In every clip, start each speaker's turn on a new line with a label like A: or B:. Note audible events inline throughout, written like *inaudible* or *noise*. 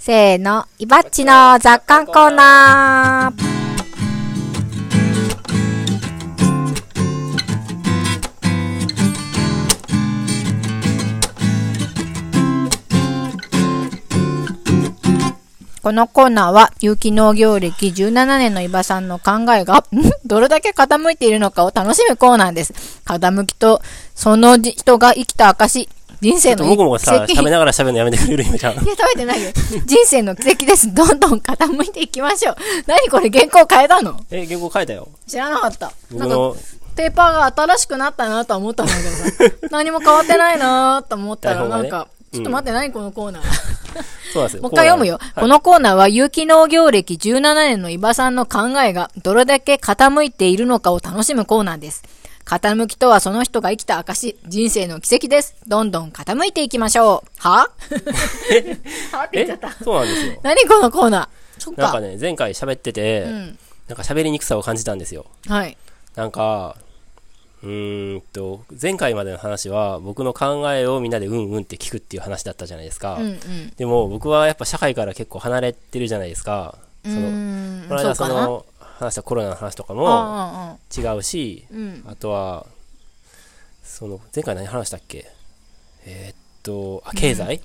A: せーの、イバッチの雑感コーナー。このコーナーは、有機農業歴17年の伊庭さんの考えが、 *laughs* んどれだけ傾いているのかを楽しむコーナーです。傾きと、その人が生きた証、人
B: ち
A: 生
B: ょっと
A: の
B: もごもご
A: 奇
B: さ、
A: 跡
B: 喋りながら喋るのやめてくれる、ゆ
A: *laughs*
B: めちゃん。
A: いや、食べてないよ。人生の奇跡です。どんどん傾いていきましょう。何これ原稿変えたの
B: え、原稿書いたよ。
A: 知らなかった。な
B: 僕
A: んか、
B: の
A: ペーパーが新しくなったなとは思ったんだけどさ。
B: *laughs*
A: 何も変わってないなと思った
B: 台
A: ら、
B: 本が
A: な
B: ね
A: んか、
B: うん
A: ちょっと待って、何このコーナー。
B: そうなんですよ。
A: もう一回読むよ。このコーナーは、有機農業歴17年の伊庭さんの考えが、どれだけ傾いているのかを楽しむコーナーです。傾きとはその人が生きた証、人生の奇跡です。どんどん傾いていきましょう。
B: *laughs*
A: ははって言っちゃ
B: え
A: った。、
B: そうなん
A: *laughs*
B: ですよ。
A: 何このコーナーそっ
B: なん
A: か
B: かね、前回喋ってて、
A: うん
B: なんか喋りにくさを感じたんですよ。
A: はい
B: なんか、うーんと、前回までの話は、僕の考えをみんなでうんうんって聞くっていう話だったじゃないですか。
A: うんうん
B: でも、僕はやっぱ社会から結構離れてるじゃないですか。その、
A: うん
B: この間その、話したコロナの話とかも
A: あ
B: 違うし、
A: あうん
B: あとは、その、前回何話したっけえーっと、あ、経済、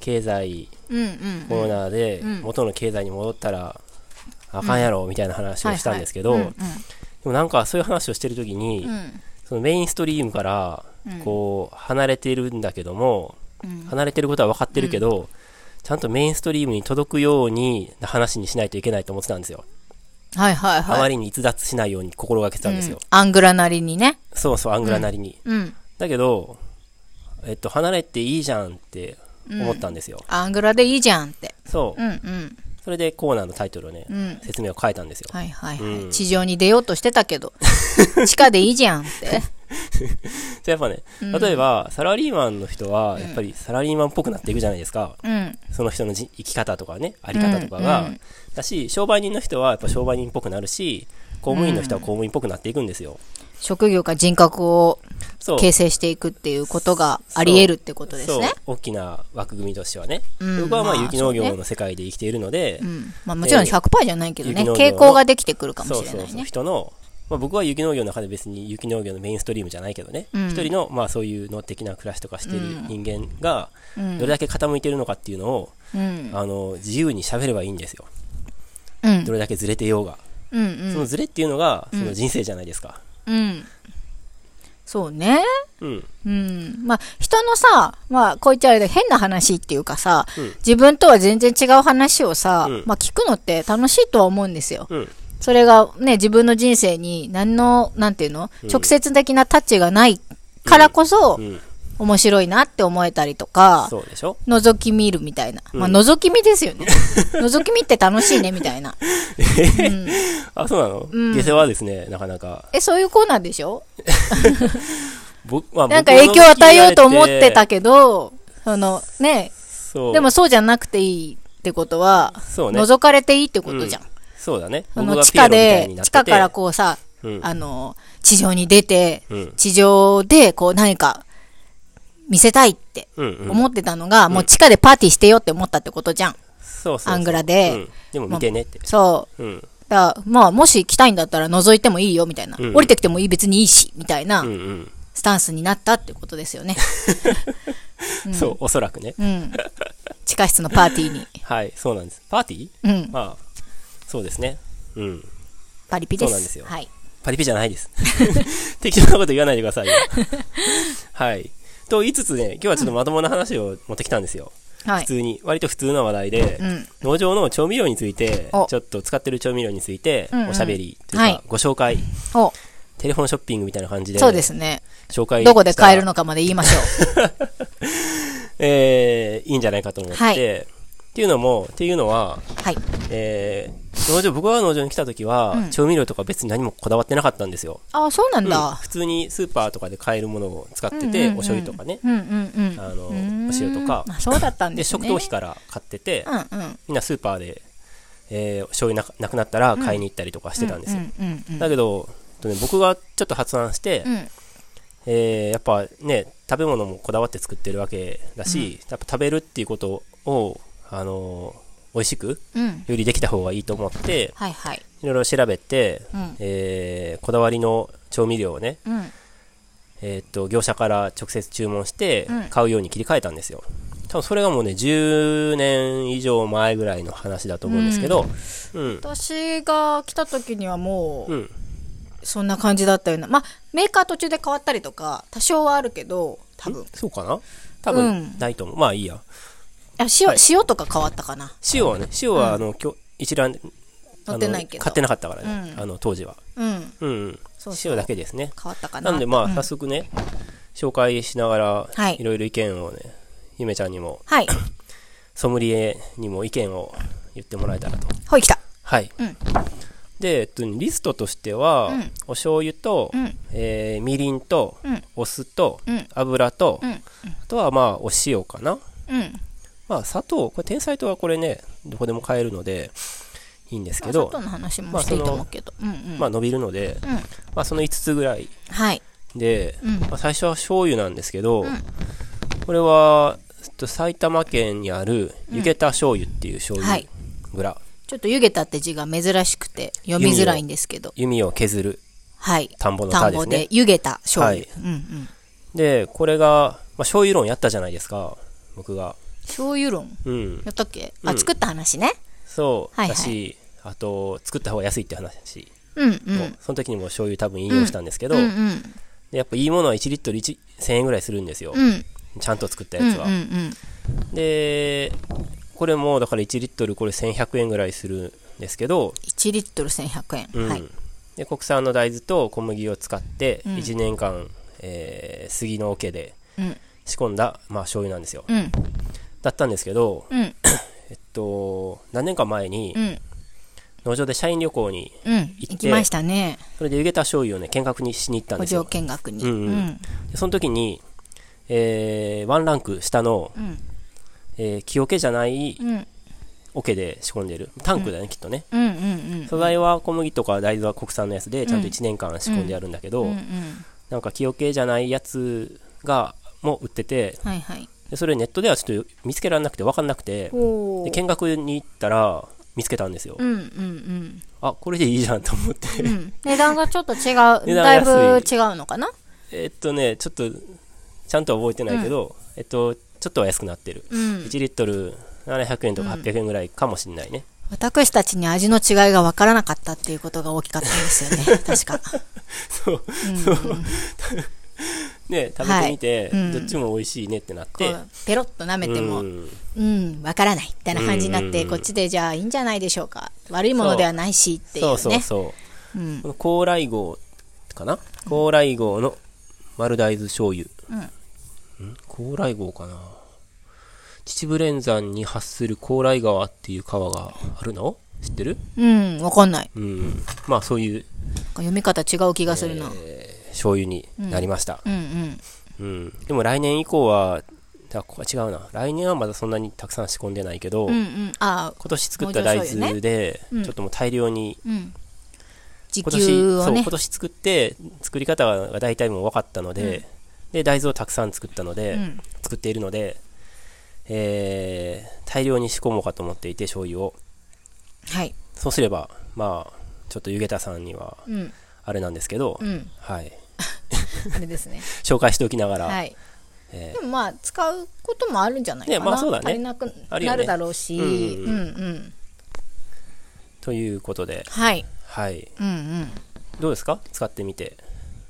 B: 経済、
A: うんうん
B: コロナで
A: うん
B: 元の経済に戻ったら、あかんやろ、みたいな話をしたんですけど、
A: はいはい
B: でもなんかそういう話をしてる時に、
A: うんうん
B: そのメインストリームから
A: うん
B: こう離れてるんだけども、
A: うん
B: 離れてることは分かってるけど、ちゃんとメインストリームに届くように話にしないといけないと思ってたんですよ、
A: はいはいはい
B: あまりに逸脱しないように心がけてたんですよ、
A: うんアングラなりにね
B: そうそうアングラなりに、
A: うん
B: だけど、えっと、離れていいじゃんって思ったんですよ、
A: アングラでいいじゃんって
B: そう、
A: うんうん
B: それでコーナーのタイトルをね、
A: うん
B: 説明を変えたんですよ、
A: はいはいはい、
B: うん
A: 地上に出ようとしてたけ
B: *laughs*
A: ど地下でいいじゃんって
B: でやっぱね、例えばサラリーマンの人はやっぱりサラリーマンっぽくなっていくじゃないですか、
A: うん
B: その人のじ生き方とかね、あり方とかが、
A: うんう
B: だし、商売人の人はやっぱ商売人っぽくなるし、公務員の人は公務員っぽくなっていくんですよ。
A: 職業か人格を
B: そう。
A: 形成していくっていうことがあり得るってことですね
B: そう。大きな枠組みとしてはね。
A: うん
B: 僕はまあ、
A: まあ
B: 有機農業の世界で生きているので、
A: うんまあ、もちろん100%じゃないけどね、
B: 有機農業
A: 傾向ができてくるかも
B: そ
A: し
B: う
A: れ
B: そ
A: な
B: う
A: い
B: そう、
A: ね
B: 人の、まあ、僕は有機農業の中で別に有機農業のメインストリームじゃないけどね、
A: うん
B: 一人のまあそういう農的な暮らしとかしてる人間が、
A: う
B: ど
A: ん
B: れだけ傾いてるのかっていうのを、
A: うん
B: あの、自由に喋ればいいんですよ。
A: うん
B: どれだけずれてようが。
A: うん
B: そのずれっていうのが、その人生じゃないですか。
A: うんうんそうね
B: うん。
A: うんまあ人のさまあこう言っちゃあれで変な話っていうかさ、
B: うん
A: 自分とは全然違う話をさ、
B: うん
A: まあ聞くのって楽しいとは思うんですよ
B: うん。
A: それがね自分の人生に何のなんていうの、
B: うん
A: 直接的なタッチがないからこそ、
B: うん。
A: 面白いなって思えたりとか
B: そうでしょ
A: 覗き見るみたいな、
B: うん
A: まあ覗き見ですよ
B: *laughs*
A: ね覗き見って楽しいねみたいな
B: あ、そうなの、
A: ん
B: 下世話ですね、なかなか。
A: え、そういうコーナーでしょ
B: 僕、まあ、
A: なんか
B: 僕の
A: 影響を与えようと思ってた
B: 聞き慣
A: け
B: れて
A: ど、そのね、
B: そう。
A: でもそうじゃなくていいってことは、
B: そうね。
A: 覗かれていいってことじゃん。
B: うそうだね。
A: そ
B: 僕
A: の
B: が
A: 地下
B: ピエロみた
A: で
B: いにな、って
A: 地
B: て
A: 下からこうさ、
B: うん。
A: あの、地上に出て、
B: うん。
A: 地上でこう何か見せたいって
B: うん、うん。
A: 思ってたのが、もう地下でパーティーしてよって思ったってことじゃん。
B: そうそうそう。
A: アングラ
B: う
A: で
B: ん。。でも見てねって。
A: そう。
B: うん。
A: だからまあ、もし来たいんだったら覗いてもいいよみたいな。
B: うん
A: 降りてきてもいい、別にいいし、みたいな
B: うんうん。
A: スタンスになったってことですよ
B: *laughs*
A: ね。
B: そう、おそらくね。
A: うん。地下室のパーティーに。
B: はい、そうなんです。パーティー
A: うん。
B: まあ、そうですね。うん。
A: パリピです。
B: そうなんですよ
A: はい。
B: パリピじゃないです。 *laughs* 適当なこと言わないでくだ
A: *laughs*
B: さいよ。はい。と言いつつね、今日はちょっとまともな話を持ってきたんですよ。
A: は
B: 普
A: い。
B: 通に、割と普通な話題で、
A: うん。
B: 農場の調味料について、ちょ
A: お
B: っと使ってる調味料について
A: うんう、ん
B: おしゃべりという
A: は
B: か
A: い、
B: ご紹介、
A: お、
B: テレフォンショッピングみたいな感じで、
A: そうですね。
B: 紹介
A: どこで買える
B: の
A: のかまで言いましょ
B: えー、いいんじゃないかと思って、
A: はい
B: っていうのも、っていうのは、 *laughs*
A: う。はい。
B: えー、農場、僕が農場に来た時は、
A: うん
B: 調味料とか別に何もこだわってなかったんですよ。
A: ああ、そうなん
B: うん
A: だ。
B: 普通にスーパーとかで買えるものを使ってて、
A: うんうんうん
B: お醤油とかね、
A: うんうんうん。
B: あの、お
A: うーん
B: 塩とか、
A: あそうだったん
B: で、
A: ですね。
B: 食堂費から買ってて、
A: うんうん。
B: みんなスーパーで、えー、醤油ななくなったら買いに行ったりとかしてたんですよ。
A: うんうんうん。
B: だけど、えっとね、僕がちょっと発案して、
A: うん
B: えーやっぱね食べ物もこだわって作ってるわけだし、やっぱ食べるっていうことをあの美味しく
A: うん。
B: よりできた方がいいと思って
A: はいはい。
B: いろいろ調べて、
A: うん
B: えーこだわりの調味料をね、
A: うん。
B: えーっと業者から直接注文して
A: うん
B: 買うように切り替えたんですよ多分それがもうね10年以上前ぐらいの話だと思うんですけどうん
A: 私が来た時にはも
B: う
A: う、
B: ん
A: そんな感じだったような。まあ、メーカー途中で変わったりとか、多少はあるけど、多分。
B: そうかな多
A: う
B: 分
A: ん
B: ないと思う、まあいいや
A: あ塩、
B: はい
A: 塩とか変わったかな。
B: 塩はね塩はあの、きょ一覧あ
A: 載
B: の
A: ってないけど。
B: 買ってなかったからね、
A: うん
B: あの当時は
A: うん。
B: うん、うん
A: そうそう
B: 塩だけですね
A: 変わったかな。
B: なのでまあ
A: うん
B: 早速ね、紹介しながら、
A: はい
B: いろいろ意見をねゆめちゃんにも
A: はい。
B: ソムリエにも意見を言ってもらえたらと
A: ほい、来た。
B: はい、
A: うん
B: で、えっと、リストとしては、
A: うん
B: お醤油と、
A: うん。
B: えーみりんと、
A: うん。
B: お酢と、
A: うん。
B: 油と、
A: うん。
B: あとはまあお塩かな
A: うん。
B: まあ砂糖これ天才糖はこれねどこでも買えるのでいいんですけ
A: 砂
B: ど
A: 糖の話もしていいと思うけど。うんうん。
B: まあ伸びるので、
A: うん。
B: まあ、その5つぐらい
A: はい。
B: で、
A: うん
B: まあ、最初は醤油なんですけど、
A: ん
B: これはえっと埼玉県にある湯桁醤油っていう醤
A: は
B: 油
A: い
B: 蔵、
A: ちょっと湯桁って字が珍しくて読みづらいんですけど。
B: 弓を削る
A: はい。
B: 田んぼの
A: 田
B: 田
A: ん
B: で
A: ぼ
B: すね
A: で湯桁醤油。
B: はい
A: うんうん。
B: でこれが、まあ、醤油論やったじゃないですか僕が
A: 醤油論
B: うん
A: やったっけ
B: う
A: あ、
B: ん
A: 作った話ね。
B: そう、
A: はいはい
B: だしあと作った方が安いって話
A: うんう
B: も、
A: ん。
B: その時にも醤油多分引用したんですけど、
A: うんうん。
B: でやっぱいいものは1リットル1 1000円ぐらいするんですよ、
A: うん。
B: ちゃんと作った
A: うんう
B: や
A: ん
B: つは、
A: うん。
B: でこれもだから1リットルこれ1100円ぐらいするんですけど、
A: 1リットル1100
B: う
A: 円。
B: ん
A: はい。
B: で国産の大豆と小麦を使って
A: うん
B: 1年間、えー杉の桶で
A: うん。
B: 仕込んだ、まあ、醤油なんですよ、
A: うん。
B: だったんですけど、
A: うん。
B: えっと、何年か前に
A: うん。
B: 農場で社員旅行に
A: うん。
B: て
A: 行きましたね。
B: それで湯桁醤油をね見学にしに行ったん
A: 補
B: です
A: 助
B: よ
A: 見学に。
B: う
A: うん
B: うん
A: ん。
B: でその時に、えーワンランク下の、
A: うん。
B: えー木桶じゃない
A: うん。
B: 桶で仕込んでるタンクだよね、きっとね
A: うんうんうん。
B: 素材は小麦とか大豆は国産のやつでちゃんと1年間仕込んでやるんだけど、
A: うんうん。
B: なんか木桶じゃないやつがも売ってて
A: はいはい。
B: でそれネットではちょっと見つけられなくて分かんなくて
A: おー
B: で見学に行ったら見つけたんですよ、
A: うんうんうん。
B: あこれでいいじゃんと思って、
A: う
B: *laughs*
A: ん値段がちょっと違う
B: 値段が
A: だい
B: 安い
A: ぶ違うのかな
B: えっとねちょっとちゃんとは覚えてないけど、えっとちょっとは安くなってる、
A: うん
B: 1リットル700円とか800円ぐらいかもしんないね、
A: 私たちに味の違いが分からなかったっていうことが大きかったんですよ
B: *laughs*
A: ね確か
B: そう
A: うんうん
B: ね食べてみて、
A: はいうん
B: どっちも美味しいねってなっ
A: こ
B: て
A: うペロッと舐めても
B: う
A: うんん分からないみたいな感じになっ
B: うんうん
A: て
B: うん
A: こっちでじゃあいいんじゃないでしょうか悪いものではないしってい
B: そう
A: う
B: そう
A: ね
B: そう
A: うん
B: この高麗号かな高麗号の丸大豆醤油。ん高麗号かな秩父連山に発する高麗川っていう川があるの知ってる
A: うん分かんない
B: うん。まあそういう
A: なんか読み方違う気がするな
B: 醤油になりました。
A: うんうん
B: うん。でも来年以降は、あここは違うな。来年はまだそんなにたくさん仕込んでないけど、
A: うんう
B: 今
A: んああ
B: 年作った大豆で、
A: うん
B: ちょっともう大量に
A: うん時
B: 今年、
A: 給を
B: そう、今
A: ね
B: 年作って、作り方が大体もう分かったので、で、大豆をたくさん作ったので、
A: うん
B: 作っているので、えー大量に仕込もうかと思っていて、醤油を。
A: はい
B: そうすれば、まあ、ちょっと湯桁さんには、
A: うん
B: あれなんですけど、
A: うん
B: はい。
A: あれ
B: *laughs*
A: ですね
B: 紹介しておきながら、
A: はい
B: え
A: でもまあ使うこともあるんじゃないかな、
B: ねまあそうだね
A: 足りなく
B: あるよ
A: な
B: ね
A: るだろうし、
B: う
A: うんん
B: う
A: うんん、
B: ということで、
A: はい、
B: はい。
A: うんうん、
B: どうですか使ってみて。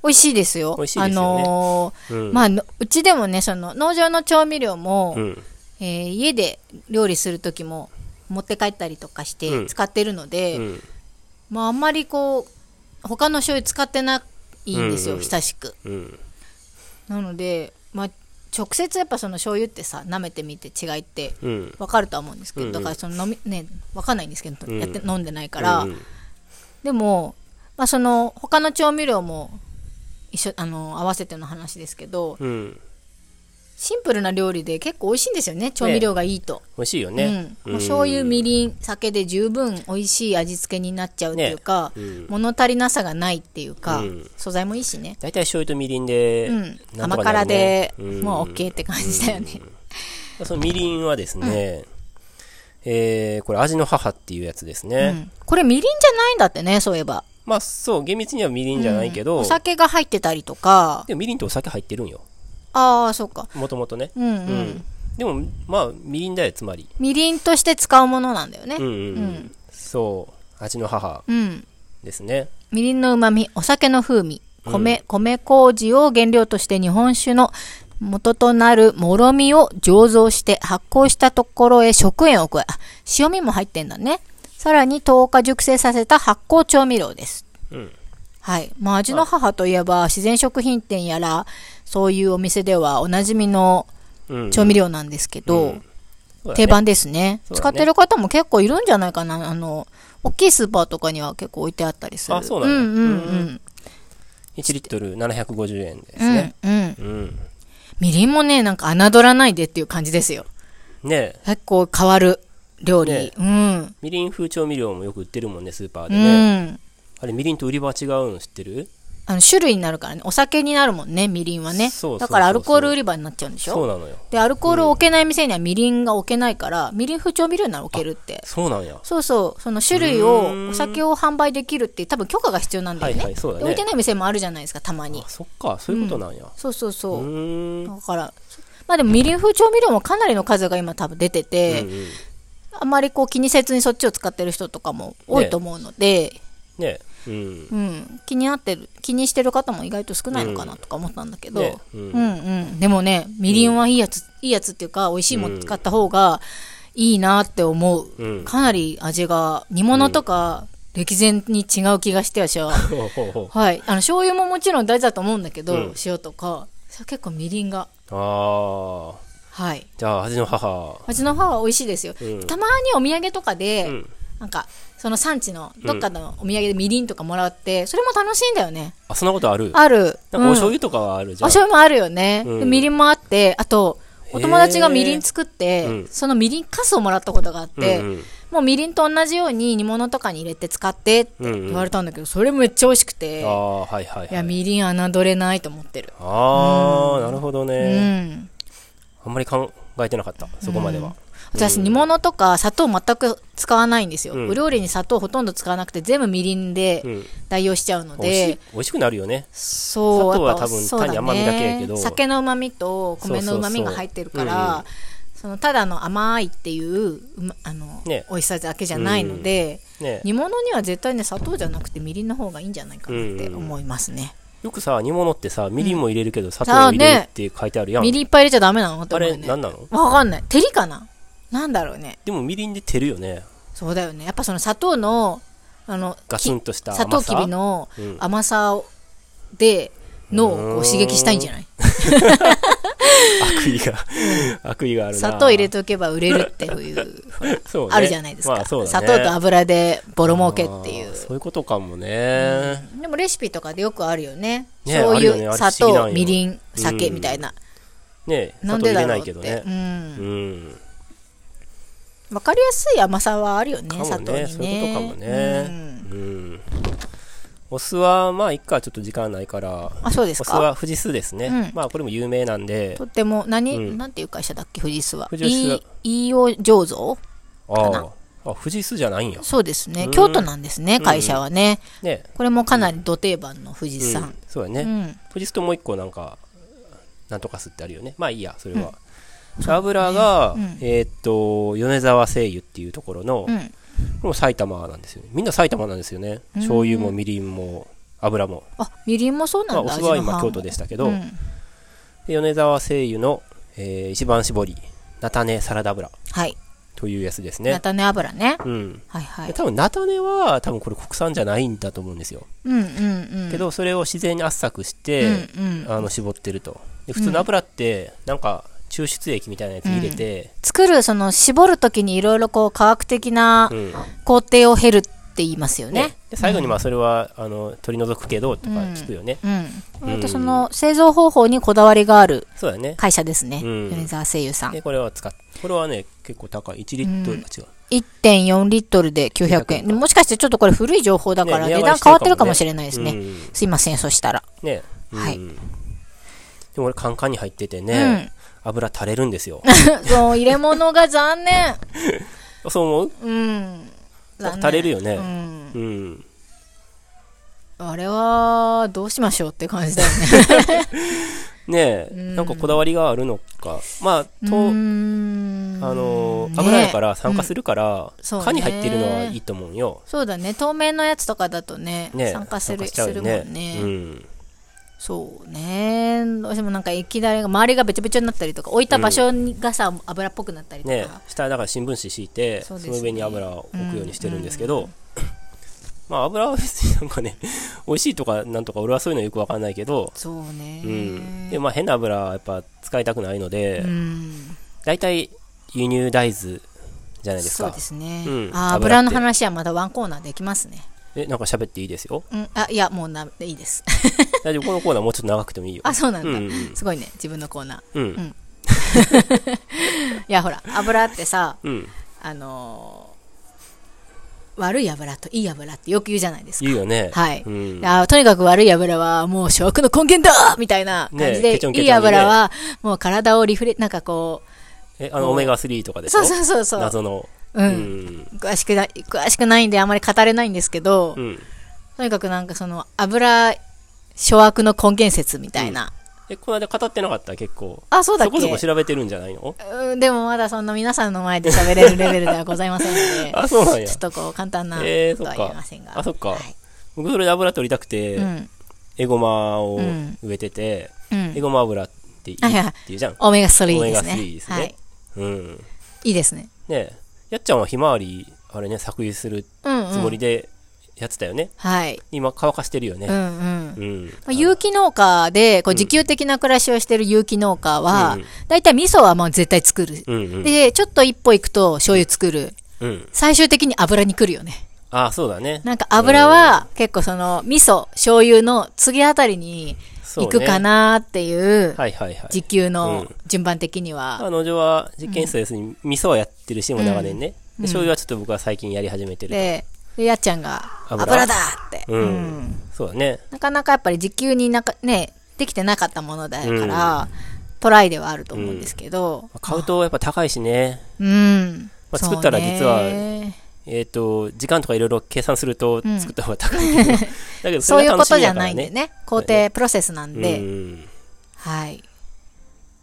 A: 美味しいですよ。
B: 美味しいですよね
A: あの
B: うん。
A: ーまあのうちでもねその農場の調味料も、
B: うん。
A: えー家で料理する時も持って帰ったりとかし
B: うん
A: て使ってるので、
B: うん。
A: まああんまりこう他の醤油使ってないんですよ、
B: うんうん
A: 親しく。
B: うん。
A: なのでまあ直接やっぱその醤油ってさ舐めてみて違いって
B: うん。
A: わかるとは思うんですけど、
B: うん
A: だからその飲みねわかんないんですけど、
B: うん
A: やって飲んでないから、
B: うん
A: でも、まあ、その他の調味料も一緒あの合わせての話ですけど
B: うん。
A: シンプルな料理で結構美味しいんですよね調味料がいいと、
B: 美味しいよね。
A: うん、もう醤油みりん酒で十分美味しい味付けになっちゃうっていうか、
B: ねうん
A: 物足りなさがないっていうか、
B: うん
A: 素材もいいしね、
B: 大体醤油とみりんで、
A: うん、
B: なんと
A: 甘
B: かな
A: 辛
B: るね
A: で
B: うん
A: もう OK って感じだよね、
B: そのみりんはですね、えー、これ味の母っていうやつです
A: う
B: ね。
A: ん。これみりんじゃないんだってね、そういえば。
B: まあそう、厳密にはみりんじゃないけど、
A: お酒が入ってたりとか。
B: でもみりんとお酒入ってるんよ。
A: ああ、そうか。
B: もともとね。
A: うんうん。
B: うんでも、まあ、みりんだよ、つまり。
A: みりんとして使うものなんだよね。
B: うん
A: うん。
B: うん、うん、そう。味の母ですね。
A: みりんの旨味、お酒の風味、米、米麹を原料として日本酒の元となるもろみを醸造して発酵したところへ食塩を加え、あ塩味も入ってんだね。さらに10日熟成させた発酵調味料です。
B: うん。
A: はい。まあ、味の母といえば、自然食品店やら、そういうお店ではおなじみの
B: うん。
A: 調味料なんですけど、
B: うんそうだね
A: 定番ですね
B: そうだね
A: 使ってる方も結構いるんじゃないかな。あの、大きいスーパーとかには結構置いてあったりする。
B: あそうなんだ
A: うんうんうん。
B: 1リットル750円です
A: うん
B: ね。
A: うん。
B: うん。
A: みりんもね、なんか侮らないでっていう感じですよ。
B: ねえ
A: 結構変わる料理。
B: ね
A: うん。
B: みりん風調味料もよく売ってるもんね、スーパー
A: う
B: でね。
A: ん。
B: あれ、みりんと売り場違うの知ってる
A: あの、種類になるからね。お酒になるもんね、みりんはね。
B: そうそうそうそう
A: だからアルコール売り場になっちゃうんでしょ
B: そうなのよ。
A: で、アルコールを置けない店にはみりんが置けないから、みりん不調味料なら置けるって。
B: そうなんや。
A: そうそう、その種類
B: うー
A: を、
B: ん
A: お酒を販売できるって、多分許可が必要なんだよね。
B: はいはいそうだね
A: で置いてない店もあるじゃないですか、たまに
B: あ、。そっか、そういうことなんや。
A: そうそう
B: う
A: そう。
B: ー
A: だ
B: ん。
A: から、まあでもみりん風調味料もかなりの数が今多分出てて、
B: うんうん
A: あんまりこう気にせずにそっちを使ってる人とかも多いと思うので、
B: ねえうん。
A: うん、気になってる、気にしてる方も意外と少ないのかなとか思ったんだけど、
B: ねう
A: うん
B: ん
A: うん。でもね、みりんはいいやつ、いいやつっていうか、美味しいもの使った方がいいなって思う。
B: うん
A: かなり味が、煮物とか、歴然に違う気がしてはし
B: *laughs*
A: は。
B: ほうほうほ
A: はい。あの、醤油ももちろん大事だと思うんだけど、
B: うん
A: 塩とか、それ結構みりんが、
B: う。 *laughs* ああ。
A: はい。
B: じゃあ、味の母。
A: 味の母は美味しいですよ。
B: うん
A: たまにお土産とかで、
B: うん。
A: なんか、その産地の、どっかのお土産でみりんとかもらって、それも楽しいんだよね。
B: あ、そんなことある
A: ある。
B: なんかお醤
A: うん
B: 油とかはあるじ
A: お
B: ゃん。
A: 醤油もあるよね。
B: うん
A: でみりんもあって、あと、お友達がみりん作って、
B: へーうん
A: そのみりんかすをもらったことがあって、
B: うんうん
A: もうみりんと同じように煮物とかに入れて使ってって言われたんだけど、それめっちゃ美味しくて、
B: ああ、はいは
A: い
B: い
A: や、
B: はい。
A: みりん侮れないと思ってる。
B: ああ、なるほどね。
A: うん。
B: あんまり考えてなかった、そこまでは。
A: 私、煮物とか砂糖全く使わないんですよ。
B: うん
A: お料理に砂糖ほとんど使わなくて、全部みりん
B: う
A: で
B: ん。
A: 代用しちゃうの
B: 美味し
A: で
B: い、、美味しくなるよね。
A: そう、
B: 砂糖は
A: やっぱ
B: 多分
A: そうだ
B: 単に甘みだけやけど
A: ね酒の旨味と米の旨味が入ってるから、
B: そ
A: そう
B: そうそううん
A: のただの甘いっていう、うまあの、
B: ね
A: 美味しさだけじゃないので、
B: ね
A: 煮物には絶対ね、砂糖じゃなくてみりんの方がいいんじゃないかなって思いますね。
B: よくさ、煮物ってさ、みりんも入れるけど、砂糖も入れるって書いてあるやん。
A: みりんいっぱい入れちゃダメなのって
B: あ
A: 思う
B: れ、
A: よね。
B: なんなの
A: わかんない。照りかななんだろうね。
B: でもみりんで照るよね。
A: そうだよね。やっぱその砂糖の、あの、
B: ガツンとした甘さ。
A: 砂糖きびの
B: うん
A: 甘さを、で、脳をこう刺激したいんじゃない
B: *laughs* 悪意が、悪意があるな。
A: 砂糖入れておけば売れるっていう。
B: そうね
A: あるじゃないですか、
B: まあそうだね
A: 砂糖と油でボロ儲けってい
B: あ
A: う
B: ーそういうことかもね。
A: でもレシピとかでよくあるよね
B: ね
A: そうい
B: ある
A: う
B: よね
A: 砂
B: あれ不思議なん
A: 糖
B: よ
A: みりん酒みたいな、
B: ね
A: な
B: 砂
A: ん
B: 糖
A: で
B: 入
A: だ
B: れな
A: ろう
B: い
A: っ
B: け
A: て
B: どね
A: う。
B: うんん。
A: 分かりやすい甘さはあるよね
B: かも
A: 砂糖に
B: ね。
A: ね
B: そういうことかも
A: うん。
B: ねうん。お酢は、まあ、いっか、ちょっと時間ないから。
A: あそうです
B: お酢
A: か
B: は富士酢です
A: うん
B: ね。まあ、これも有名なんで
A: と。っても何、
B: うん
A: なんていう会社だっけ富士スは
B: 富士
A: い
B: ス
A: い飯尾醸造
B: あ
A: か
B: ーあ、富士酢じゃないんや。
A: そうですね
B: うん
A: 京都なんですね会社はね、
B: ね。
A: これもかなり土定番の富士
B: う
A: 山
B: ん、そうだ
A: う
B: ね。
A: ん
B: 富士酢ともう一個なんか、なんとか酢ってあるよね。まあいいや、それは。油が、
A: うん
B: えーっと、米沢製油っていうところの、
A: うん
B: これも埼玉なんですよね。みんな埼玉なんですよね。
A: うん
B: 醤油もみりんも油も。
A: あみりんもそう
B: ま
A: な
B: あ、
A: ん
B: お
A: だ、
B: 酢
A: 味の
B: は今
A: 半
B: 京都でしたけど、
A: うん
B: で米沢製油の、えー一番搾り、菜種サラダ油
A: はい
B: というやつです
A: 菜
B: ね。
A: 種油ね
B: うん。
A: はいは
B: で
A: い
B: 多分菜種は、多分これ国産じゃないんだと思うんですよ。
A: うんうんうん
B: けど、それを自然に圧搾し
A: うんう
B: て、
A: ん
B: あの、絞ってると。で、普通の油って、なんか、抽出液みたいなやつ入れて、
A: 作るその絞る時にいろいろこう科学的な
B: うん。
A: 工程を経るって言いますよね
B: ね。で、最後にまあ、それは、あの、取り除くけど、とか聞くよね。
A: うん割とその製造方法にこだわりがある
B: そうだね。
A: 会社ですね、
B: うん
A: 米沢製油さん
B: で、これは使っ、これはね、結構高い。1リットル、
A: うん
B: あ違う。
A: 1.4リットルで900
B: 900
A: 円
B: 円
A: でもしかしてちょっとこれ古い情報だから
B: ね
A: 値段変わってるかもしれないですね
B: うん
A: すいませんそしたら、 *laughs*
B: ね。うん
A: はい
B: でも俺、カンカンに
A: *laughs*
B: 入っててね、油垂れるんですよ。
A: うんそう入れ物が残念
B: そう思う
A: うん。残
B: なんか
A: 念
B: 垂れるよ
A: う
B: ね。
A: ん。
B: うん。
A: あれは、どうしましょうって感じだよね。
B: *laughs* ねえ、なんかこだわりがあるのか。まあ、と、
A: うー
B: あ
A: ん
B: のー、
A: ね
B: 危ないから、酸化するから、
A: そうね
B: 缶に入ってるのはいいと思うよ。
A: そうだね透明のやつとかだとね
B: ねえ
A: 酸化する
B: しちゃう
A: する
B: よ
A: もんね、
B: うん。
A: そうねどうしてもなんか液だれが周りがべちょべちょになったりとか置いた場所にがさ、油っぽくなったりとか、
B: ねえ下だから新聞紙敷いて、
A: そ
B: そう
A: ですね
B: の上に油を置くようにしてるんですけど、 *laughs* まあ油は別になんかね、 *laughs* 美味しいとかなんとか俺はそういうのよくわかんないけど、
A: そうね
B: うん。で、まあ変な油はやっぱ使いたくないので、
A: うん
B: 大体輸入大豆じゃないです
A: そう
B: か
A: で。すね、
B: うん
A: あー
B: 油
A: 油
B: って
A: の話はまだワンコーナーできますね、
B: え、なんか喋っていいですよ。
A: うん、あいやもうなでいいです
B: *laughs* 大丈夫、このコーナーもうちょっと長くてもいいよ。
A: あそうなんだ、
B: うんうん
A: すごいね自分のコー *laughs* ナー
B: う
A: うん
B: ん。
A: いやほら油ってさ
B: うん。
A: あのー悪い油といい油ってよく言うじゃないですか
B: 言うよね。
A: はい
B: うん。
A: あーとにかく悪い油はもう諸悪の根源だみたいな感じ
B: ねえ
A: で、
B: ケチョンケチョンにね
A: いい油はもう体をリフレ、なんかこ
B: え、あの、オメガ3とか
A: う、
B: でしょ
A: そうそうそうそう、
B: 謎の。
A: うん
B: ん。
A: 詳しくない、詳しくないんであまり語れないんですけど、
B: うん。
A: とにかくなんかその油、諸悪の根源説みたいな。
B: え、この間語ってなかった結構。
A: あ、そうだっ
B: そ
A: け
B: こそこ調べてるんじゃないの
A: うん、でもまだそんな皆さんの前で喋れるレベルではございませんので、
B: *laughs* あ、そうなんや
A: ちょっ。とこう簡単なこと
B: えー、そ
A: は
B: っ
A: 言え
B: か
A: ません。が。
B: あ、そっか
A: はい。
B: 僕それで油取りたくて
A: う、ん。
B: エゴマを
A: うん
B: 植えてて、
A: うん
B: エ。ゴマ油っていい
A: はいはい
B: って言うじゃん。
A: オメガ3
B: オ
A: で
B: メ
A: す
B: ガ
A: ね。
B: 3です
A: は
B: ね
A: い。。
B: うん。
A: いいですね。
B: ねえやっちゃんはひまわり、あれね、搾油する
A: うん、うん。
B: つもりでやってたよね。
A: はい。
B: 今、乾かしてるよ
A: う
B: ね。
A: んうん。
B: うん。
A: まあ、有機農家で、こう、自給的な暮らしをしてる有機農家は
B: うんうん、
A: 大体味噌はもう絶対作る。
B: うんうん。
A: で、ちょっと一歩行くと醤油作る。
B: うん。
A: 最終的に油に来るよね。
B: あ、そうだね。
A: なんか油は結構その味噌、醤油の次あたりに
B: そう
A: 行
B: ね
A: くかなっていう、
B: はいはいはい。
A: 時給
B: う
A: の
B: ん
A: 順番的には。
B: 彼女は実験室で要するに味噌はやってるし、もう長年ね。で醤油はちょっと僕は最近やり始めてる。
A: で、でやっちゃんが
B: 油
A: 油だって。
B: うん
A: うん
B: そうだね。
A: なかなかやっぱり時給になんかね、できてなかったものだから、トライではあると思うんですけど、
B: 買うとやっぱ高いしね。
A: うん。
B: まあ
A: そうね
B: 作ったら実はえっ、と、時間とかいろいろ計算すると
A: ん
B: 作った方が高いけ
A: *laughs*
B: ど。だけど
A: そう
B: れ
A: い
B: が
A: うこ
B: 楽し
A: と
B: み
A: じゃ
B: やから
A: ないんで。ね。工程、プロセスなん
B: う
A: で。
B: ん。
A: はい。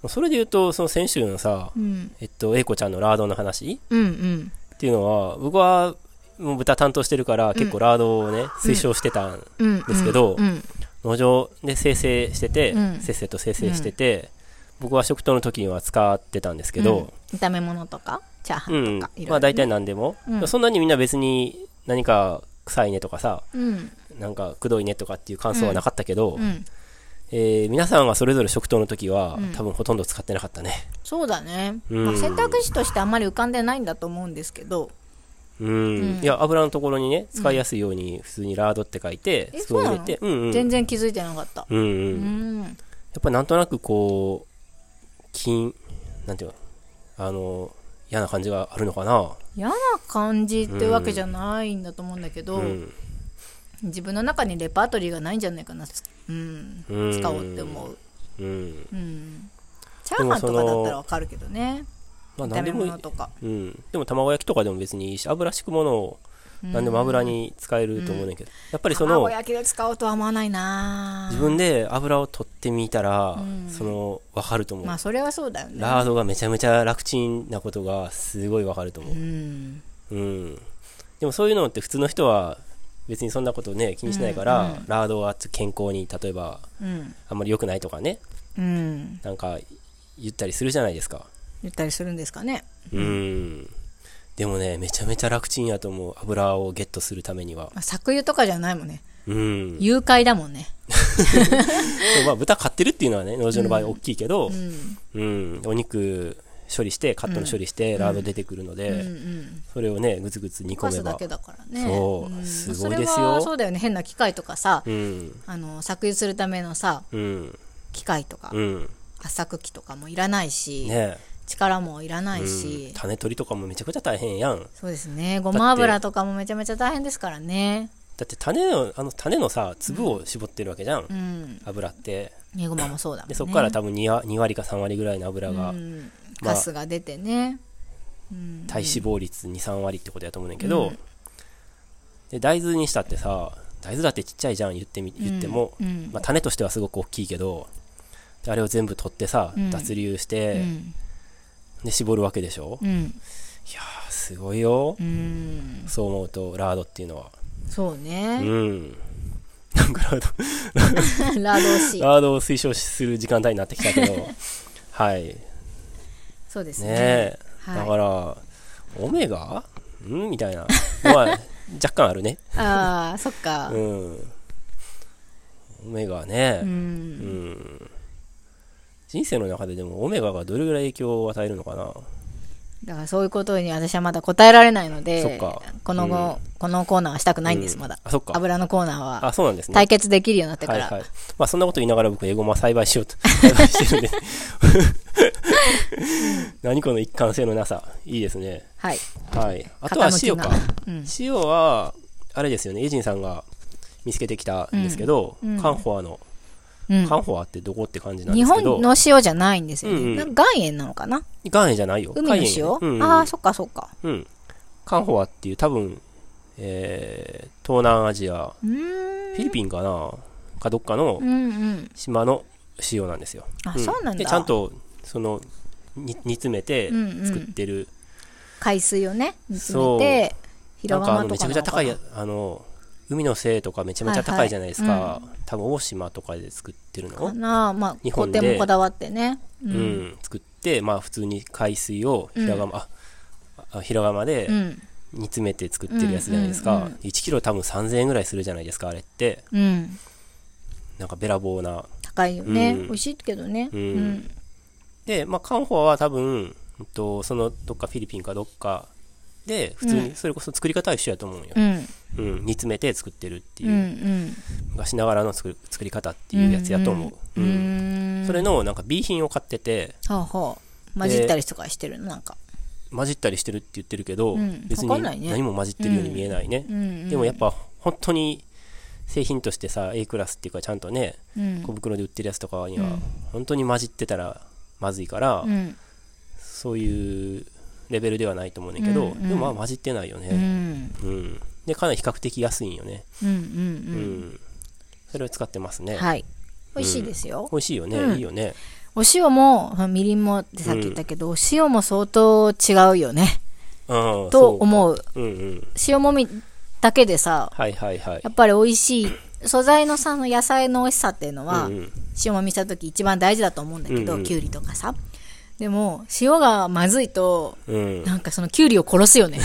B: それで言うと、その先週のさ、
A: うん。
B: えっと、英子ちゃんのラードの話
A: うんうん。
B: っていうのは、僕は、もう豚担当してるから、結構ラードをね、推奨してたん
A: うん。
B: ですけど
A: うん。
B: 農場で生成してて、
A: うん
B: せっせと生成してて、僕は食糖の時には使ってたんですけ
A: うん
B: ど、、
A: 炒め物とか、チャーハ
B: うん、
A: ンとか、い
B: ま
A: ろ
B: あ
A: いろ。
B: 大体何でも、
A: うん
B: そんなにみんな別に何か臭いねとかさ、
A: うん。
B: なんかくどいねとかっていう感想はなかったけど、
A: うん。
B: えー皆さんがそれぞれ食糖の時は、
A: うん
B: 多分ほとんど使ってなかったね。
A: そうだね。
B: うん
A: まあ選択肢としてあんまり浮かんでないんだと思うんですけど。
B: うん。
A: うん
B: いや、油のところにね、使いやすいように普通にラードって書いて、
A: え
B: そこに入れて、うんうん。
A: 全然気づいてなかった。
B: うんう。
A: うんん。
B: やっぱなんとなくこう、金、なんていうの、あの、嫌な感じがあるのかな。
A: 嫌な感じってわけじゃないんだと思うんだけど、
B: うん。
A: 自分の中にレパートリーがないんじゃないかな。うん。
B: うん
A: 使おうって思う。
B: うん。
A: うん。チャーハンとかだったらわかるけどね。
B: まあ
A: 炒
B: 何
A: め
B: でもいい
A: 物。とか。
B: うん。でも卵焼きとかでも別にいいし、油敷くものを、何でも油に使えると思うねんだけど、やっぱりその
A: 卵、焼きで使おうとは思わないな
B: 自分で油を取ってみたら、その、わかると思う
A: まあ。それはそうだよね
B: ラードがめちゃめちゃ楽ちんなことがすごいわかると思
A: う
B: う。
A: ん
B: うん。でもそういうのって普通の人は別にそんなことね、気にしないから、ラードは健康に例えば
A: うん
B: あんまり良くないとかね、
A: うん
B: なんか言ったりするじゃないですか。
A: 言ったりするんですかね
B: うん。でもね、めちゃめちゃ楽ちんやと思う。油をゲットするためには
A: ま。あ搾油とかじゃないもんね
B: うん。で
A: 誘拐だもんね
B: もまあ豚買ってるっていうのはね、農場の場合大きいけど
A: う、ん
B: うん。お肉処理して、カットの処理して、ラード出てくるの
A: うんう
B: で、
A: ん
B: それをね、ぐつぐつ煮
A: パ
B: 込め
A: スだ
B: ば
A: け。だからね
B: そうんすごいです
A: それ
B: よ
A: はそうだよね変な機械とかさ
B: うん。
A: あの搾油するためのさ
B: うん。
A: 機械とか
B: うん。
A: 圧搾機とかもいらないし
B: ね
A: 力もいらない
B: うん
A: し
B: 種取りとかもめちゃくちゃ大変やん。
A: そうですねごま油とかもめちゃめちゃ大変ですからね
B: だって種の、あの種のさ、粒を絞ってるわけじゃん。
A: うん
B: 油って。
A: ねごまもそうだもん
B: で、
A: ね
B: そこから多分 2, 割か3割ぐらいの油が、
A: うん、
B: まあ
A: カスが出てね、うん
B: 体脂肪率2、3割ってことやと思うねんけど、で、大豆にしたってさ、大豆だってちっちゃいじゃん、言ってみ、言っても、
A: うん
B: まあ、種としてはすごく大きいけど、であれを全部取ってさ、
A: うん
B: 脱粒し
A: う
B: て、
A: ん
B: で、絞るわけでしょ、
A: う
B: い
A: ん
B: やー、すごいよ。
A: うん
B: そう思うと、ラードっていうのは。
A: そう
B: う
A: ね
B: ん。なんかラー
A: *laughs*
B: ド、
A: ラドシ
B: ラードを推奨する時間帯になってきた
A: *laughs*
B: けど、はい。ね
A: そうですね
B: え。だ
A: は
B: か
A: い
B: ら、オメガんみたいな。
A: *laughs*
B: まあ、若干あるね。
A: ああそっか
B: うん。オメガ
A: う
B: ね。うんん。人生の中ででも、オメガがどれぐらい影響を与えるのかな
A: だからそういうことに私はまだ答えられないの
B: そっ
A: で
B: か
A: この後このコーナーはしたくないんです
B: う
A: まだ
B: あ、そっか。
A: 油のコーナーは
B: あ、そうなんですね。
A: 対決できるようになってか
B: はいは
A: ら
B: い。まあ、そんなこと言いながら僕、エゴマ栽培しよう
A: *laughs*
B: と、 *laughs* 栽培してるんで。何この一貫性のなさ。いいですね。
A: はい
B: はい。あとは塩か
A: 傾き。なうん
B: 塩は、あれですよね、エイジンさんが見つけてきたんですけど、
A: うんうん
B: カンフォアの、
A: うん
B: カンフォアってどこって感じなん
A: 日
B: ですけ
A: 本
B: ど、
A: の塩じゃないんですよ
B: うんうん
A: ねなんか岩塩なのかな
B: 岩塩じゃないよ。
A: 海の
B: 海塩
A: 塩
B: よねうんうん
A: ああそっかそっか
B: うん。カンフォアっていう多分、えー、東南アジア、
A: うーん
B: フィリピンかなかどっかの
A: うんうん
B: 島の塩なんですよ。
A: あそうなんだ
B: で、ちゃんと、その、に煮詰めて
A: うんうん
B: 作ってる、
A: 海水をね煮詰めて
B: な
A: 広
B: ん
A: 場
B: かあ
A: のと
B: のめち
A: かな
B: ゃめ
A: の
B: ちゃ高いや
A: か、
B: あの、海のせいとかめちゃめちゃ高いじゃないですか。
A: はいは
B: 多分大島とかで作ってる
A: な
B: の
A: かなまあ
B: 日
A: 工
B: 本で
A: 程もこだわってねう
B: うんん、作って、まあ普通に海水を平釜、ああ、平釜で
A: うん
B: 煮詰めて作ってるやつじゃないです
A: うんうん
B: か
A: う。ん
B: 1キロ多分3000円ぐらいするじゃないですか、あれって。
A: うん
B: なんかべらぼうな。
A: 高いよね
B: うん
A: 美味しいけどね
B: う
A: うんん
B: で、まあカンフォアは多分、うんと、そのどっかフィリピンかどっかで、普通
A: う
B: に、それこそ作り方は一緒やと思うよ
A: う。ん
B: うん、煮詰めて作ってるって
A: うんう
B: いう、
A: ん
B: 昔ながらの作る作り方っていうやつやと思う。
A: うん
B: うん
A: うん
B: それのなんか B 品を買ってて、
A: ほうほう混じったりとかしてるのなんか
B: 混じったりしてるって言ってるけど、
A: うん
B: 別に
A: わかんないね
B: 何も混じってるように見えないね。
A: うん
B: でもやっぱ本当に製品としてさ A クラスっていうかちゃんとね
A: うん
B: 小袋で売ってるやつとかに
A: う
B: は
A: ん
B: 本当に混じってたらまずいから、
A: うん
B: そういうレベルではないと思うねんだけ
A: う
B: ど、
A: んうん
B: でもまあ混じってないよ
A: うんうん
B: ね、うんでかなり比較的安いんよね、
A: うんう
B: うん
A: ん
B: それを使ってます
A: うん
B: ね、
A: はい美味しいですよ
B: 美味しいよね、
A: うん
B: いいよね
A: お塩もまあみりんもってさっき言ったけど、お塩も相当違うよね
B: うん
A: と思う
B: そううんうん
A: 塩もみだけでさ
B: はいはいはい
A: やっぱり美味しい素材のさの野菜の美味しさっていうのは、
B: うんうん
A: 塩もみした時一番大事だと思うんだけど、
B: うんうん
A: きゅうりとかさでも塩がまずいと
B: うん
A: なんかそのきゅうりを殺すよ
B: *laughs*
A: ね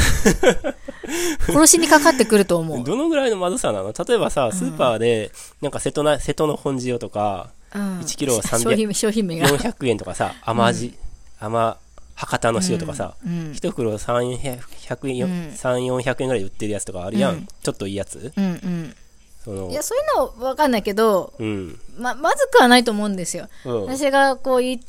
A: 殺しにかかってくると思う
B: どのぐらいのまずさなの例えばさスーパーでなんか瀬戸な瀬戸の本塩とか
A: うん
B: 1キロ300
A: 商品商品名が
B: 400円とかさ、甘味、甘、博多の塩とかさ、
A: うん
B: 一袋300円、100円、
A: うん
B: 3、400円ぐらいで売ってるやつとかあるやん。
A: うん
B: ちょっといいやつ
A: うんうん
B: その
A: い、やそういうのは分かんないけど
B: うん。
A: ままずくはないと思うんですよ
B: うん。
A: 私がこうい、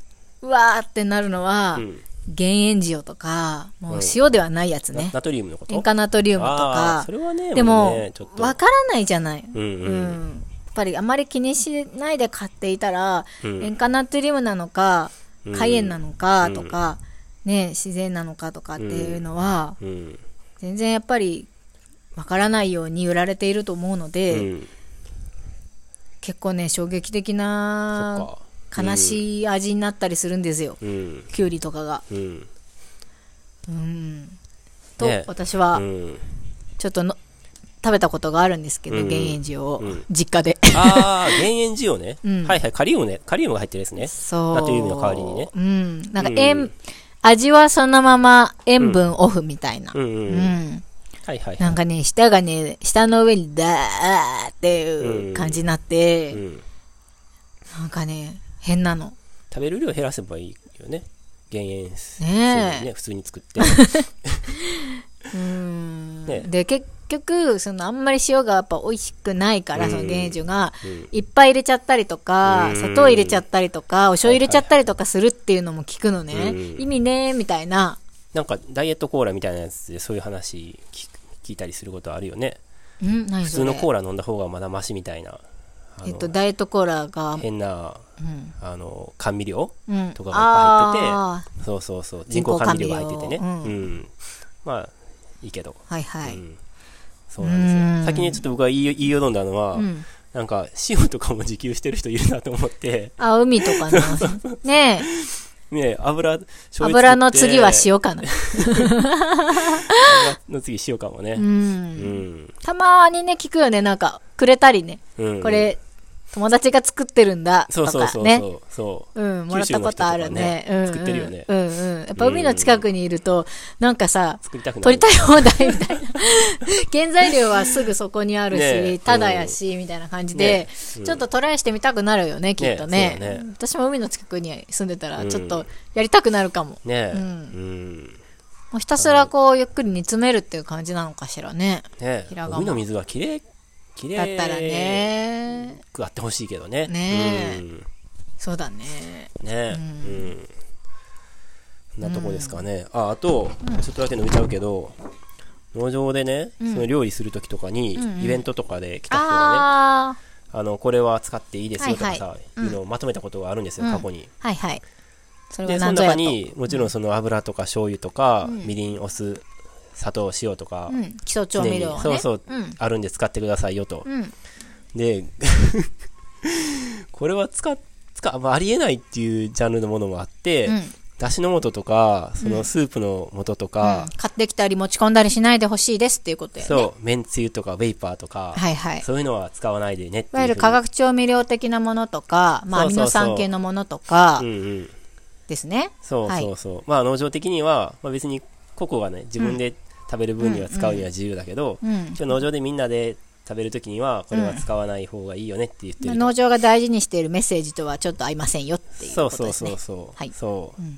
A: うわーってなるのは、
B: うん
A: 減塩塩とか、も
B: うん
A: う塩ではないやつ
B: ナ
A: ね。
B: ナトリウムのこと
A: 塩化ナトリウムと
B: あ
A: か
B: ーそ。れはね、
A: でも、わ、
B: うねちょっ
A: か
B: と。
A: らないじゃない。
B: うんうん
A: やっぱりあまり気にしないで買っていたら、
B: うん
A: 塩化ナトリウムなのか、
B: うん
A: カイエンなのかとか、ね、自然なのかとかっていうのは、
B: うん。
A: 全然やっぱり、わからないように売られていると思うの
B: う
A: で、
B: ん。
A: 結構ね、衝撃的
B: そっ
A: な
B: か。
A: 悲しい味になったりするんですよ。
B: うん。
A: きゅうりとかが。
B: うん。
A: うん。と、
B: ね
A: 私
B: う
A: は、
B: ん。
A: ちょっとの、食べたことがあるんですけど、
B: うん
A: 減塩塩を
B: うん、
A: 実家で。
B: ああ、減塩塩ね。
A: うん
B: はいはい。カリウムね。カリウムが入ってるですね。
A: そう。
B: ナトリウムの代わりにね。
A: うん。なんか
B: うん
A: 塩、味はそのまま塩分オフみたいな。
B: うん
A: う。
B: うんん。はいはい。
A: なんかね、舌がね、舌の上にダーっていう感じになって、
B: うん。
A: なんかね、変なの。
B: 食べる量減らせばいいよね。減塩す
A: ねえ
B: ね普通に作って。
A: うん。
B: ね
A: で、結局、そのあんまり塩がやっぱ美味しくないから、
B: うん
A: その原塩が、
B: うん
A: いっぱい入れちゃったりとか
B: う、ん
A: 砂糖入れちゃったりとか、お醤油入れちゃったりとかするっていうのも聞くのね。
B: うん
A: 意味ねーみたいな。
B: なんかダイエットコーラみたいなやつでそういう話聞く聞いたりすることあるよね
A: うん何
B: 普
A: それ
B: 通のコーラ飲んだ方がまだマシみたいな
A: えっと、ダイエットコーラが、
B: 変な、
A: うん。
B: あの、甘味料
A: うん。
B: とかがいっぱい入
A: あ
B: ってて、そうそうそう、
A: 人
B: 人
A: 工
B: 工
A: 甘
B: 甘
A: 味料
B: 味料が入っててね。
A: う
B: うんん。まあ、いいけど。
A: ーはいは
B: う
A: い。
B: ん。そうなんです
A: うん
B: よ。先にちょっと僕は言い言いよどんだのは
A: う、ん。
B: なんか、塩とかも自給してる人いるなと思って、 *laughs*
A: あ、海とかな。ねえ。
B: ね油、醤油作って
A: 油の次は。塩かな。
B: 油の次塩かも
A: う。
B: ね。うんん。
A: たまにね、聞くよね。なんか、くれたりね。
B: うん
A: こ、れ、友達が作ってるんだ。
B: そ
A: と
B: うそう
A: か
B: そう
A: ね。
B: そう。そう
A: うん、もらったことあるね。
B: 九
A: う
B: 州の人とかね
A: んうん
B: 作ってるよね
A: うんうん。やっぱ海の近くにいると、なんかさ、
B: 作りたくな
A: 取
B: る。
A: りたい放題みたいな。 *laughs* 原材料はすぐそこにあるし、
B: ねえ
A: ただやし、みたいな感じで、
B: うん
A: ちょっとトライしてみたくなるよね、きっとね。
B: ねそうだね
A: 私も海の近くに住んでたら、
B: うん
A: ちょっとやりたくなるかも。
B: ねえ。
A: う
B: うんん。ね
A: もうひたすらこう、ゆっくり煮詰めるっていう感じなのかしらね。
B: え
A: 平川
B: 海の水がきれい、きれい
A: だったらね。
B: くあってほしいけどね。
A: ねえ
B: うんね
A: そうだね。
B: え。うん。そんなとこですかね。あ、あと、ちょっとだけ伸びちゃうけど、農場でね、その料理するときとかに、イベントとかで来た人がね、
A: ああ、
B: あの、これは使っていいですよとか
A: は
B: さ
A: い、はい
B: いうのをまとめたことがあるんですよ、過去に。
A: はいはい。それは
B: で、その
A: 何ぞや
B: 中
A: と。
B: に、もちろんその油とか醤油とか、みりん、お酢、砂糖、塩とか、
A: うん、基礎調
B: 常
A: 味
B: に
A: 料をね。
B: そうそう、
A: うん。
B: あるんで使ってくださいよと。
A: うん。
B: で、 *laughs* これは使っ、使っ、まあ、ありえないっていうジャンルのものもあって、
A: うん
B: だしの素とか、そのスープの素とか、
A: 買ってきたり持ち込んだりしないでほしいですっていうことやね。
B: そう、めんつゆとか、ウェイパーとか、
A: はいはい。
B: そういうのは使わないでねって
A: い
B: いうふうに。
A: わゆる化学調味料的なものとか、まあ、ア
B: そう
A: ミ
B: そ
A: ノ
B: うそう
A: 酸系のものとか
B: うんうん。
A: ですね。
B: そうそうそう。まあ、農場的には、まあ、別に個々がね、自分で食べる分には使うには自由だけど、
A: うん。
B: 一応農場でみんなで食べるときには、これは使わない方がいいよねって言ってる。
A: 農場が大事にしているメッセージとはちょっと合いませんよっていう
B: そ
A: こと
B: うそ
A: で
B: う
A: す
B: そ
A: ね
B: う。そう。
A: はい
B: そう、
A: うん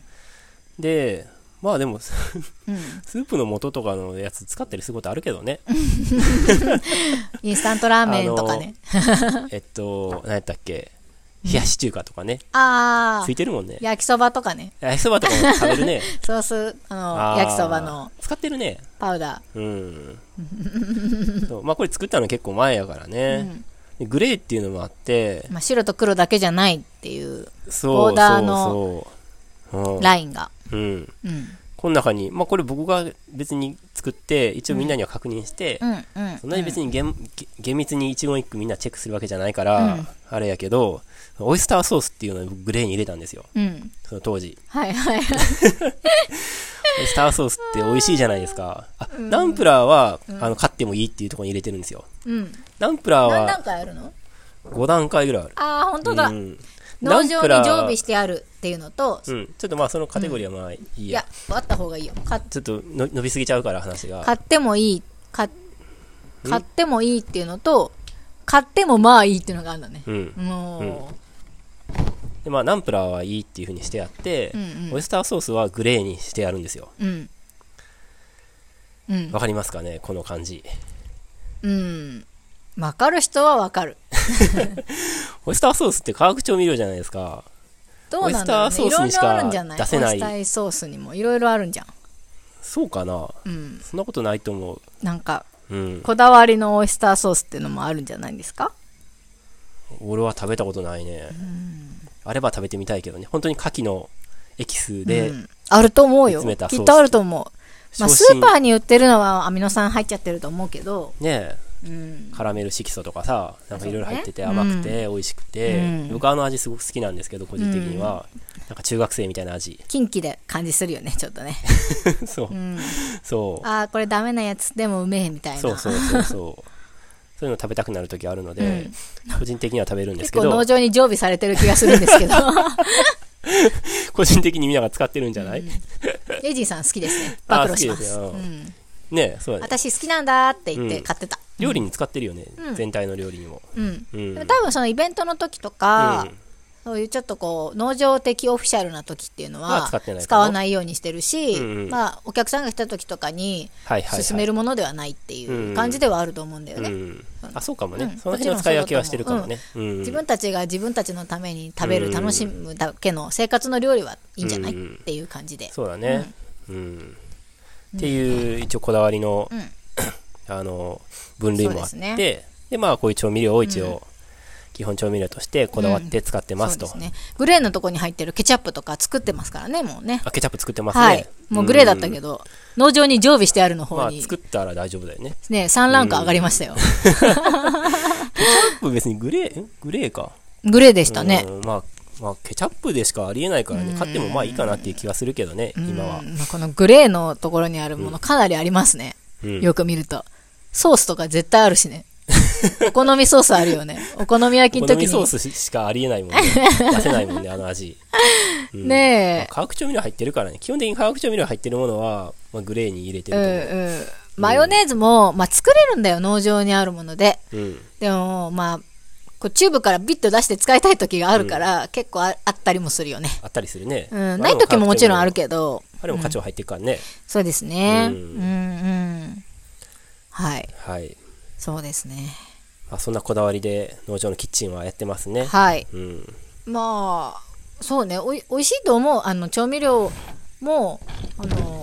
B: で、まあで
A: う
B: も、
A: ん
B: スープの素とかのやつ使ったりすることある
A: *laughs*
B: けどね。
A: インスタントラーメンとかね。
B: えっと、何やったっけ冷やし中華とかね。
A: あ
B: つ
A: ー
B: いてるもんね。
A: 焼きそばとかね。
B: 焼きそばとかも食べ
A: *laughs*
B: るね。
A: ソース、あの、
B: あー
A: 焼きそばの。
B: 使ってるね。
A: パウダ *laughs*
B: うん。そうまあこれ作ったの結構前やからね。でグレーっていうのもあって
A: ー。、まあ、白と黒だけじゃないっていう
B: そ
A: ボー
B: う
A: ダー
B: そうそう。うん
A: ラインが。
B: うん。
A: うん。
B: この中に、まあこれ僕が別に作って、一応みんなには確認して
A: う、んうん。
B: そんなに別に厳げ厳密に一言一句みんなチェックするわけじゃないから、
A: うん
B: あれやけど、オイスターソースっていうのをグレーに入れたんですよ。
A: うん。
B: その当時。
A: はい
B: *laughs*
A: はい。
B: オイスターソースって美味しいじゃないですか。あ、ナンプラーは、あの、買ってもいいっていうところに入れてるんですよ。
A: うん。
B: ナンプラー
A: 何段
B: は
A: 階あるの
B: 5段階ぐらいある。
A: ああ、本当だ。
B: ん
A: 農場に常備し
B: ナン
A: てあるっていうのと、
B: プラーうん。ちょっとまあそのカテゴリーはまあいい
A: い
B: や。
A: や、あった方がいいよ。か
B: ちょっとの伸びすぎちゃうから話が。
A: 買ってもいい。か買ってもいいっていうのと、買ってもまあいいっていうのがあるんだね。
B: うん。
A: も
B: で、まあナンプラーはいいっていうふうにしてあって、
A: うんうん
B: オイスターソースはグレーにしてあるんですよ。
A: う、うん。うん
B: わ。かりますかねこの感じ。
A: うん。わかる人はわかる。
B: オイスターソースって化学調味料じゃないですか。
A: どうなんだろう
B: オイス
A: ね。い
B: ターソース
A: ろい
B: にし
A: ろ
B: か
A: あるんじゃない
B: 出せない
A: オイスターソースにもいろいろあるんじゃん。
B: そうかな
A: うん。
B: そんなことないと思
A: なんか、
B: う。うん。
A: こだわりのオイスターソースっていうのもあるんじゃないですか
B: 俺は食べたことないね。あれば食べてみたいけどね。本当に牡蠣のエキスで、
A: うん、あると思うよ
B: 煮詰めた
A: き
B: ソー
A: っ
B: ス
A: とあると思う、まあ、
B: 昇
A: ス
B: 進
A: ーパーに売ってるのはアミノ酸入っちゃってると思うけど、
B: ね
A: うん、
B: カラメル色素とかさ、なんかいろいろ入ってて
A: そうね
B: 甘くて美味しくて、
A: うん
B: 僕あの味すごく好きなんですけど、個人的には。なんか中学生みたいな味。
A: 近畿で感じするよねちょっとね、
B: そうう。
A: ん、
B: そう。
A: ああこれダメなやつでもうめえみたいな
B: そうそうそうそう。そういうの食べたくなる時あるので、個人的には食べるんで
A: 結
B: すけ
A: 構農
B: ど、
A: 場に常備されてる気がするんですけ
B: *laughs*
A: ど
B: 個人的にみんなが使ってるんじゃない、
A: エイジンさん好きですね
B: あ
A: 暴
B: ー
A: 露します
B: 好きです
A: うん、
B: ねそうだね。
A: 私好きなんだって言って
B: うん
A: 買ってた、
B: 料理に使ってるよね、
A: うん
B: 全体の料理にも。
A: うん
B: うん
A: でも多分そのイベントの時とか、
B: うん
A: そういうちょっとこう農場的オフィシャルな時っていうの
B: ま
A: は
B: あ使ってないかな
A: 使わないようにしてるし、
B: うんうん
A: まあ、お客さんが来た時とかに
B: はいはいはい
A: 勧めるものではないっていう感じではあると思うんだよね、
B: うん、あそうかも
A: う
B: ね
A: ん、
B: その辺の使い分けはしてるかもね、うん
A: 自分たちが自分たちのために食べる
B: うん
A: 楽しむだけの生活の料理はいいんじゃない、
B: うん
A: っていう感じで
B: そうだね、うんっていう一応こだわりの,、
A: うん
B: あの分類もあっ
A: そ
B: て
A: うです
B: で,、まあこういう調味料を一応基本調味料としてこだわって使ってますと。
A: そうですね。グレーのとこに入ってるケチャップとか作ってますからね、もうね。
B: あ、ケチャップ作ってますね。
A: はい。もうグレーだったけ
B: ど。
A: ど、農場に常備してあるの
B: ま
A: 方
B: あ、
A: に、
B: 作ったら大丈夫だよね。 *laughs*
A: ね、3ランク上がりましたよ。
B: ケチャップ別にグレー、んグレーか。
A: グレーでしたね。
B: うんまあ、まあ、ケチャップでしかありえないからね、買ってもまあいいかなっていう気がするけどね、今は
A: う。んまあこのグレーのところにあるものかなりありますね。
B: うん
A: よく見ると。ソースとか絶対あるし
B: *laughs*
A: ね。お好みソースあるよね。お好み焼き
B: お
A: の
B: 好
A: 時
B: みソー
A: に。
B: スししかありえない
A: *laughs*
B: もんね。出せないもんね、あの味。うんまあ
A: ね
B: 化学調味料入ってるからね。基本的に化学調味料入ってるものは、まあ、グレーに入れて
A: え。う
B: ると思
A: んうん。マヨネーズも、まあ作れるんだよ、農場にあるもので。
B: う。うん。
A: でも、まあ、こうチューブからビッと出して使いたい時があるから、結構ああったりもするよね。
B: あったりするね。
A: うん、ない時ももちろんあるけど、
B: ど。あれも価値は入ってるからね。
A: そうですね。う
B: うん
A: ん、うん。はい、
B: はい。
A: そうですね。
B: まあ、そんなこだわりで農場のキッチンはやってますね。
A: はい。
B: うん。
A: まあ、そうね、おい美味しいと思う、あの、調味料も、あの、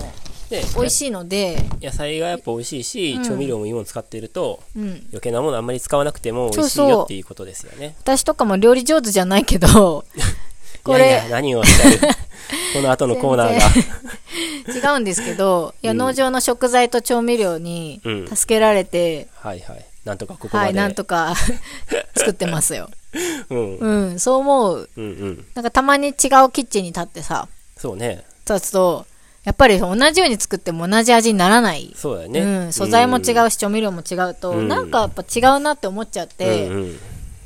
B: で、
A: 美味しいので、
B: 野菜がやっぱ美味しいし、
A: うん
B: 調味料もいいもの使ってると、
A: うん。
B: 余計なものあんまり使わなくても美味しい
A: そうそう
B: よっていうことですよね。
A: 私とかも料理上手じゃ *laughs* ないけど、これ
B: いやいや、何をおっしゃ
A: *laughs*
B: る。この後のコーナーが。
A: 違うんですけど、いや、農場の食材と調味料に
B: うん
A: 助けられて、
B: はいはい。なんとかここまで。
A: はい、なんとか *laughs* 作ってますよ。
B: うん。うん
A: うん、そう思う。
B: うん。
A: なんかたまに違うキッチンに立ってさ、
B: そうね。
A: 立つと、やっぱり同じように作っても同じ味にならない。
B: そうだよね。
A: うん、素材も違
B: うん
A: うし、調味料も違うと、
B: うん
A: なんかやっぱ違うなって思っちゃって、
B: うんうん、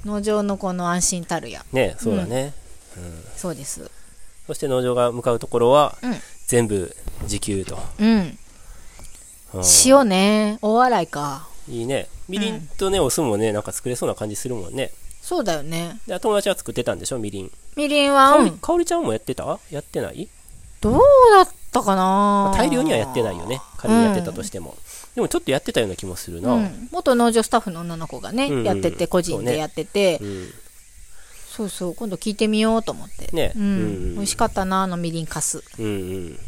A: 農場のこの安心たるや。
B: ね、そうだね。
A: そうです。
B: そして農場が向かうところは、
A: うん
B: 全部自給と。
A: うん。
B: うん
A: 塩ね、大洗か。
B: いいね。みりんとね、お酢もね、なんか作れそうな感じするもんね。
A: そうだよね。
B: で、友達は作ってたんでしょ、みりん。
A: みりんは、
B: かお
A: う
B: り
A: ん、
B: かおりちゃんもやってたやってない
A: どうだったかな
B: 大量にはやってないよね。仮にやってたとしても。でもちょっとやってたような気もするな。
A: う
B: うん。
A: ん、元農場スタッフの女の子がね、
B: うんうん
A: やってて個人でやっててそう,、そう今度聞いてみようと思って
B: ね
A: うん
B: うんうん
A: 美味しかったなあのみりんかす
B: *laughs* うんうん。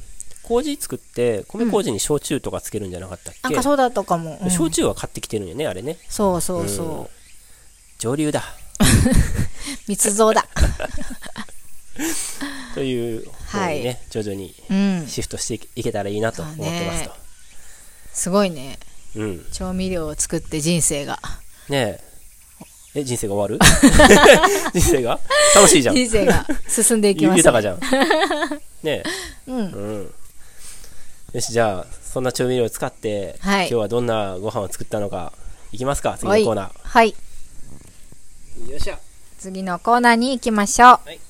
B: 麹作って、米麹に焼酎とかつけるんじゃなかったっけ、
A: なんかそうだったかも、うん
B: 焼酎は買ってきてるんよね、あれね。
A: そうそうそう、
B: うん上流だ。
A: 密造
B: *laughs*
A: だ
B: という方にね、徐々に
A: うん
B: シフトしていけたらいいなと思ってますと。
A: すごいね
B: うん。
A: 調味料を作って人生が
B: ねえ。え、人生が終わる人生が楽しいじゃん。
A: 人生が進んでいきます、ね、
B: 豊かじゃん。ね
A: う
B: え。
A: ん
B: うん。よし、じゃあ、そんな調味料を使って、
A: はい
B: 今日はどんなご飯を作ったのか、いきますか、次
A: は
B: の
A: い
B: コーナ
A: はい
B: ー。よっしゃ。
A: 次のコーナーに行きましょう
B: はい